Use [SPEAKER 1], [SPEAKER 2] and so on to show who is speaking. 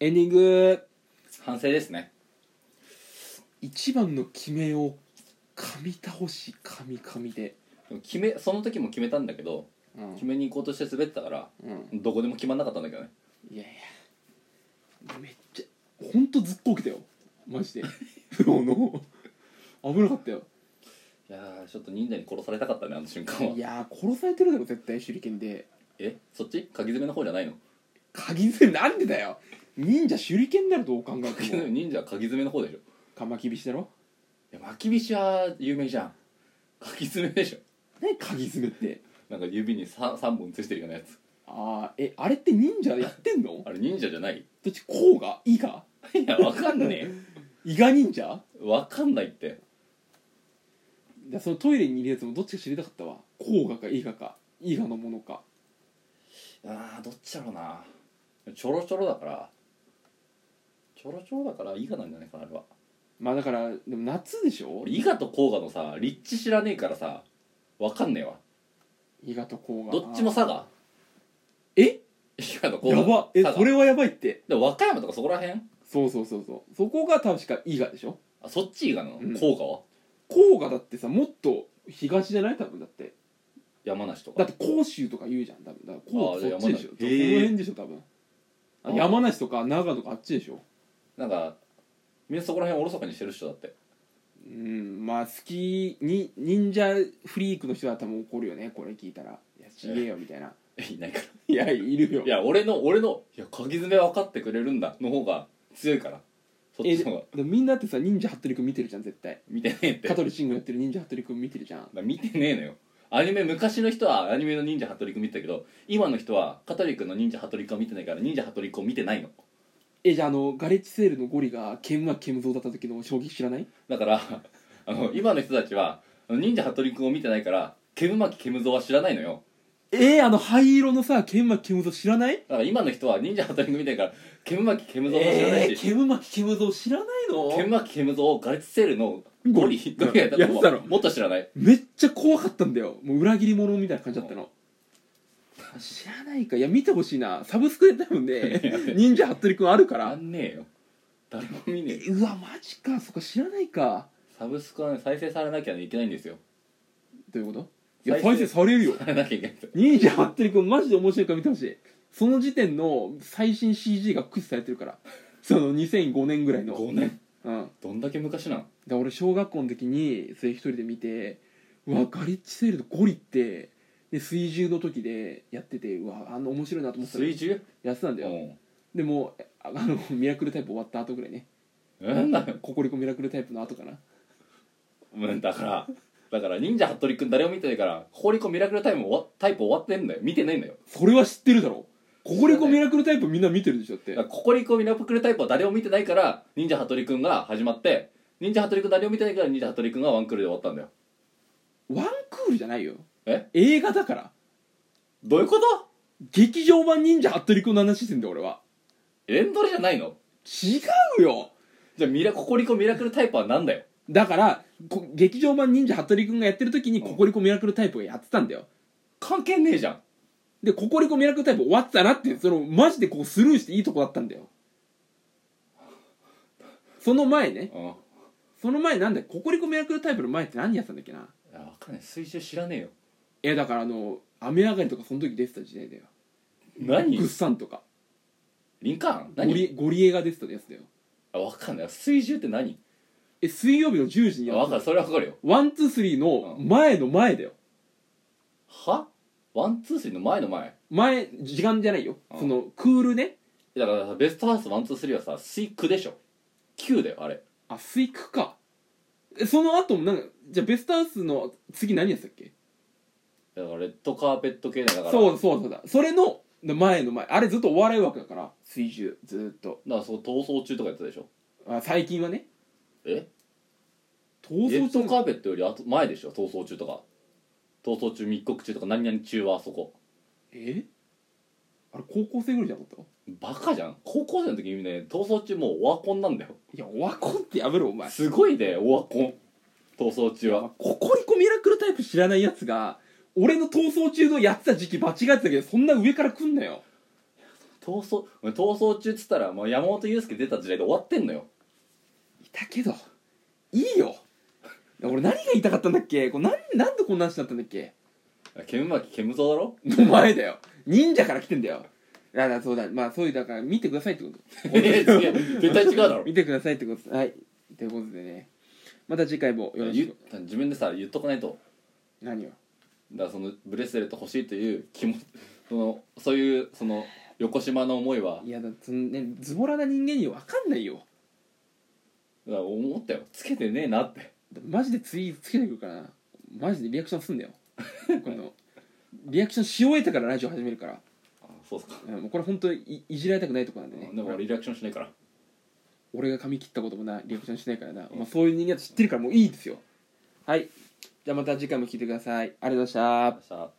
[SPEAKER 1] エンディング
[SPEAKER 2] 反省ですね
[SPEAKER 1] 一番の決めを噛み倒し噛み噛みで、
[SPEAKER 2] でも決めその時も決めたんだけど
[SPEAKER 1] うん
[SPEAKER 2] 決めに行こうとして滑ったから
[SPEAKER 1] うん、
[SPEAKER 2] どこでも決まんなかったんだけどね
[SPEAKER 1] いやいやめっちゃほんとずっと起きたよマ ジで不老の危なかったよ
[SPEAKER 2] いやーちょっと忍者に殺されたかったねあの瞬間はい
[SPEAKER 1] やー殺されてるだろ絶対手裏剣で
[SPEAKER 2] えそっち鍵詰めの方じゃないの
[SPEAKER 1] 鍵爪なんでだよ忍者手裏剣だろどう考え
[SPEAKER 2] 鍵
[SPEAKER 1] て
[SPEAKER 2] 詰
[SPEAKER 1] も
[SPEAKER 2] め忍者は鍵詰めの方でしょい
[SPEAKER 1] カマキビシだろ
[SPEAKER 2] や巻き菱は有名じゃん鍵詰めでしょ
[SPEAKER 1] 何鍵爪って
[SPEAKER 2] なんか指に 3, 三本つしてるようなやつ
[SPEAKER 1] ああえあれって忍者やってんの
[SPEAKER 2] あれ忍者じゃない
[SPEAKER 1] どっちこうがいが
[SPEAKER 2] いやわかんね
[SPEAKER 1] 伊賀忍者
[SPEAKER 2] えわかんないって
[SPEAKER 1] でそのトイレにいるやつもどっちか知りたかったわこうがか伊賀か伊賀のものか
[SPEAKER 2] あーどっちだろうなちょろちょろだからちょろちょろだから伊賀なんじゃないかなあれは
[SPEAKER 1] まあだからでも夏でしょ
[SPEAKER 2] 俺伊賀と甲賀のさ立地知らねえからさわかんねえわ
[SPEAKER 1] 伊賀とこうが
[SPEAKER 2] どっちも佐賀
[SPEAKER 1] え
[SPEAKER 2] 伊賀と甲賀
[SPEAKER 1] やばえ
[SPEAKER 2] 佐賀
[SPEAKER 1] それはやばいって
[SPEAKER 2] でも和歌山とかそこら辺
[SPEAKER 1] そうそうそうそうそこが確か伊賀でしょ
[SPEAKER 2] あそっち伊賀なの
[SPEAKER 1] うん
[SPEAKER 2] 甲賀は
[SPEAKER 1] 甲賀だってさもっと東じゃない多分だって
[SPEAKER 2] 山梨と
[SPEAKER 1] だ
[SPEAKER 2] か
[SPEAKER 1] って甲州とか言うじゃん多分だから甲
[SPEAKER 2] あ
[SPEAKER 1] 賀
[SPEAKER 2] じ
[SPEAKER 1] そ
[SPEAKER 2] ゃ
[SPEAKER 1] っ
[SPEAKER 2] あ
[SPEAKER 1] ちでしょ
[SPEAKER 2] 山梨
[SPEAKER 1] そこの
[SPEAKER 2] へー
[SPEAKER 1] 辺でしょ多分あ
[SPEAKER 2] あ
[SPEAKER 1] 山梨とか長野とかあっちでしょ
[SPEAKER 2] なんかみんなそこら辺おろそかにしてる人だって
[SPEAKER 1] うんまあ好きに忍者フリークの人は多分怒るよねこれ聞いたら「いやちげえよ」みたいな
[SPEAKER 2] えい ないから
[SPEAKER 1] 「いやいるよ」
[SPEAKER 2] いや俺の俺のいや鍵詰め分かってくれるんだの方が強いからそっ
[SPEAKER 1] え
[SPEAKER 2] ち
[SPEAKER 1] で
[SPEAKER 2] の方が
[SPEAKER 1] でもみんなってさ忍者ハットリくん見てるじゃん絶対
[SPEAKER 2] 見てねえって
[SPEAKER 1] 香取慎吾やってる忍者ハットリくん見てるじゃん
[SPEAKER 2] まあ見てねえのよアニメ昔の人はアニメの忍者ハットリくん見てたけど今の人はカトリくんの忍者ハットリくんを見てないから忍者ハットリくんを見てないの
[SPEAKER 1] えじゃああのガレッジセールのゴリが剣は剣像だった時の衝撃知らない
[SPEAKER 2] だから あの今の人たちはあの忍者ハットリくんを見てないからケムマキケムゾウは知らないのよ
[SPEAKER 1] えー、あの灰色のさ剣は剣像知らない
[SPEAKER 2] だから今の人は忍者ハットリくんみたいからケムマキケムゾウは知らな
[SPEAKER 1] え
[SPEAKER 2] い
[SPEAKER 1] ー、
[SPEAKER 2] し、
[SPEAKER 1] 剣は剣像知らない
[SPEAKER 2] ケム
[SPEAKER 1] の
[SPEAKER 2] マキケムゾウをガレッジセールのゴリ
[SPEAKER 1] ゴ
[SPEAKER 2] ゴ
[SPEAKER 1] リ
[SPEAKER 2] リがやった
[SPEAKER 1] やっ
[SPEAKER 2] の
[SPEAKER 1] てたの
[SPEAKER 2] ももっと知らない
[SPEAKER 1] めっちゃ怖かったんだよもう裏切り者みたいな感じだったの知らないかいや見てほしいなサブスクで多分 ね忍者ハットリくんあるか
[SPEAKER 2] あ
[SPEAKER 1] ら
[SPEAKER 2] んねえよ誰も見ねえよ
[SPEAKER 1] うわマジかそっか知らないか
[SPEAKER 2] サブスクはね再生されなきゃいけないんですよ
[SPEAKER 1] どういうこといや再
[SPEAKER 2] 再
[SPEAKER 1] 生
[SPEAKER 2] 生
[SPEAKER 1] されるよ
[SPEAKER 2] されなきゃいけないと
[SPEAKER 1] 忍者ハットリくんマジで面白いから見てほしいその時点の最新 CG が駆使されてるからその2005年ぐらいの
[SPEAKER 2] 5年
[SPEAKER 1] うん
[SPEAKER 2] どんだけ昔なの
[SPEAKER 1] で俺小学校の時にそれ一人で見てうわガレッジセールのゴリってで水中の時でやっててうわあの面白いなと思ってた
[SPEAKER 2] 水中
[SPEAKER 1] やってたんだ
[SPEAKER 2] う
[SPEAKER 1] よ
[SPEAKER 2] ん
[SPEAKER 1] でもああのミラクルタイプ終わった後ぐらいね
[SPEAKER 2] うん だ
[SPEAKER 1] ココリコミラクルタイプの後かな
[SPEAKER 2] うんだからだから忍者ハットリくん誰も見てないからホリコミラクルタイム終わタイプ終わってんだよ見てないんだよ
[SPEAKER 1] それは知ってるだろココリコミラクルタイプみんな見てるでしょだって
[SPEAKER 2] だからココリコミラクルタイプは誰も見てないから忍者ハットリくんが始まって忍者ハットリくん誰も見てないから忍者ハットリくんがワンクールで終わったんだよ
[SPEAKER 1] ワンクールじゃないよ
[SPEAKER 2] え
[SPEAKER 1] 映画だから
[SPEAKER 2] どういうこと
[SPEAKER 1] 劇場版忍者ハットリくんの話してんだよ俺は
[SPEAKER 2] エンドレじゃないの
[SPEAKER 1] 違うよ
[SPEAKER 2] じゃあミラココリコミラクルタイプは何だよ
[SPEAKER 1] だからこ劇場版忍者ハットリくんがやってる時に
[SPEAKER 2] うん
[SPEAKER 1] ココリコミラクルタイプがやってたんだよ
[SPEAKER 2] 関係ねえじゃん
[SPEAKER 1] でココリコミラクルタイプ終わってたなってそのマジでこうスルーしていいとこだったんだよその前ね
[SPEAKER 2] うんい
[SPEAKER 1] その前なんだココリコミラクルタイプの前って何やってたんだっけな
[SPEAKER 2] やわかんない水中知らねえよ
[SPEAKER 1] えだからあの雨上がりとかその時出てた時代だよ
[SPEAKER 2] 何
[SPEAKER 1] グッサンとか
[SPEAKER 2] リンカーン
[SPEAKER 1] ゴ
[SPEAKER 2] 何
[SPEAKER 1] リゴリエが出てたやつだよ
[SPEAKER 2] あわかんない水中って何い
[SPEAKER 1] え水曜日の10時に
[SPEAKER 2] や
[SPEAKER 1] や
[SPEAKER 2] わ
[SPEAKER 1] ってた
[SPEAKER 2] かるそれはわかるよ
[SPEAKER 1] ワンツースリーの前の前だよ
[SPEAKER 2] はワンツースリーの前の前
[SPEAKER 1] 前時間じゃないよ
[SPEAKER 2] うん
[SPEAKER 1] そのクールね
[SPEAKER 2] だからさベストハウスワンツースリーはさ水9でしょ9だよあれ
[SPEAKER 1] あスイクかえその後もなんかじゃあベストハウスの次何やってたっけ
[SPEAKER 2] だからレッドカーペット系だから
[SPEAKER 1] そううそうそうだそれの前の前あれずっとお笑い枠だから水中ずーっと
[SPEAKER 2] だからそう逃走中とかやってたでしょ
[SPEAKER 1] あ最近はね
[SPEAKER 2] え
[SPEAKER 1] 逃
[SPEAKER 2] レ
[SPEAKER 1] 走
[SPEAKER 2] ッド
[SPEAKER 1] 中
[SPEAKER 2] カーペットより後前でしょ逃走中とか逃走中密告中とか何々中はあそこ
[SPEAKER 1] えあれ高校生ぐらいじゃなかった
[SPEAKER 2] バカじゃん高校生の時にね逃走中もうオワコンなんだよ
[SPEAKER 1] いやオワコンってやめろお前
[SPEAKER 2] すごいねオワコン逃走中は
[SPEAKER 1] ココリコミラクルタイプ知らないやつが俺の逃走中のやってた時期間違えてたけどそんな上から来んなよ
[SPEAKER 2] 逃逃走逃走中っつったらもう山本裕介出た時代で終わってんのよ
[SPEAKER 1] いたけどいいよ俺何が言いたかったんだっけこれなんなんでこんな話になったんだっけ
[SPEAKER 2] 煙巻煙草だ ろ
[SPEAKER 1] お前だよ忍者から来てんだよだからそうだまあそういうだから見てくださいってこと
[SPEAKER 2] いやいや絶対違うだろ
[SPEAKER 1] 見てくださいってことですはいということでねまた次回もよろし
[SPEAKER 2] 言
[SPEAKER 1] く
[SPEAKER 2] っ自分でさ言っとかないと
[SPEAKER 1] 何を
[SPEAKER 2] だからそのブレスレット欲しいという気も そのそういうその横島の思いはい
[SPEAKER 1] やだそのねズボラな人間には分かんないよ
[SPEAKER 2] だから思ったよつけてねえなって
[SPEAKER 1] マジでツイートつけてくるからなマジでリアクションすん だよこのリアクションし終えてからラジオ始めるから、
[SPEAKER 2] あそうっすか
[SPEAKER 1] うん、もうこれ本当にいいじられたくないとこなんでね
[SPEAKER 2] でも俺リアクションしないから
[SPEAKER 1] 俺が髪切ったこともなリアクションしないからな、まあ、そういう人間だと知ってるからもういいですよはいじゃあまた次回も聞いてくださいありがとうございました
[SPEAKER 2] 明日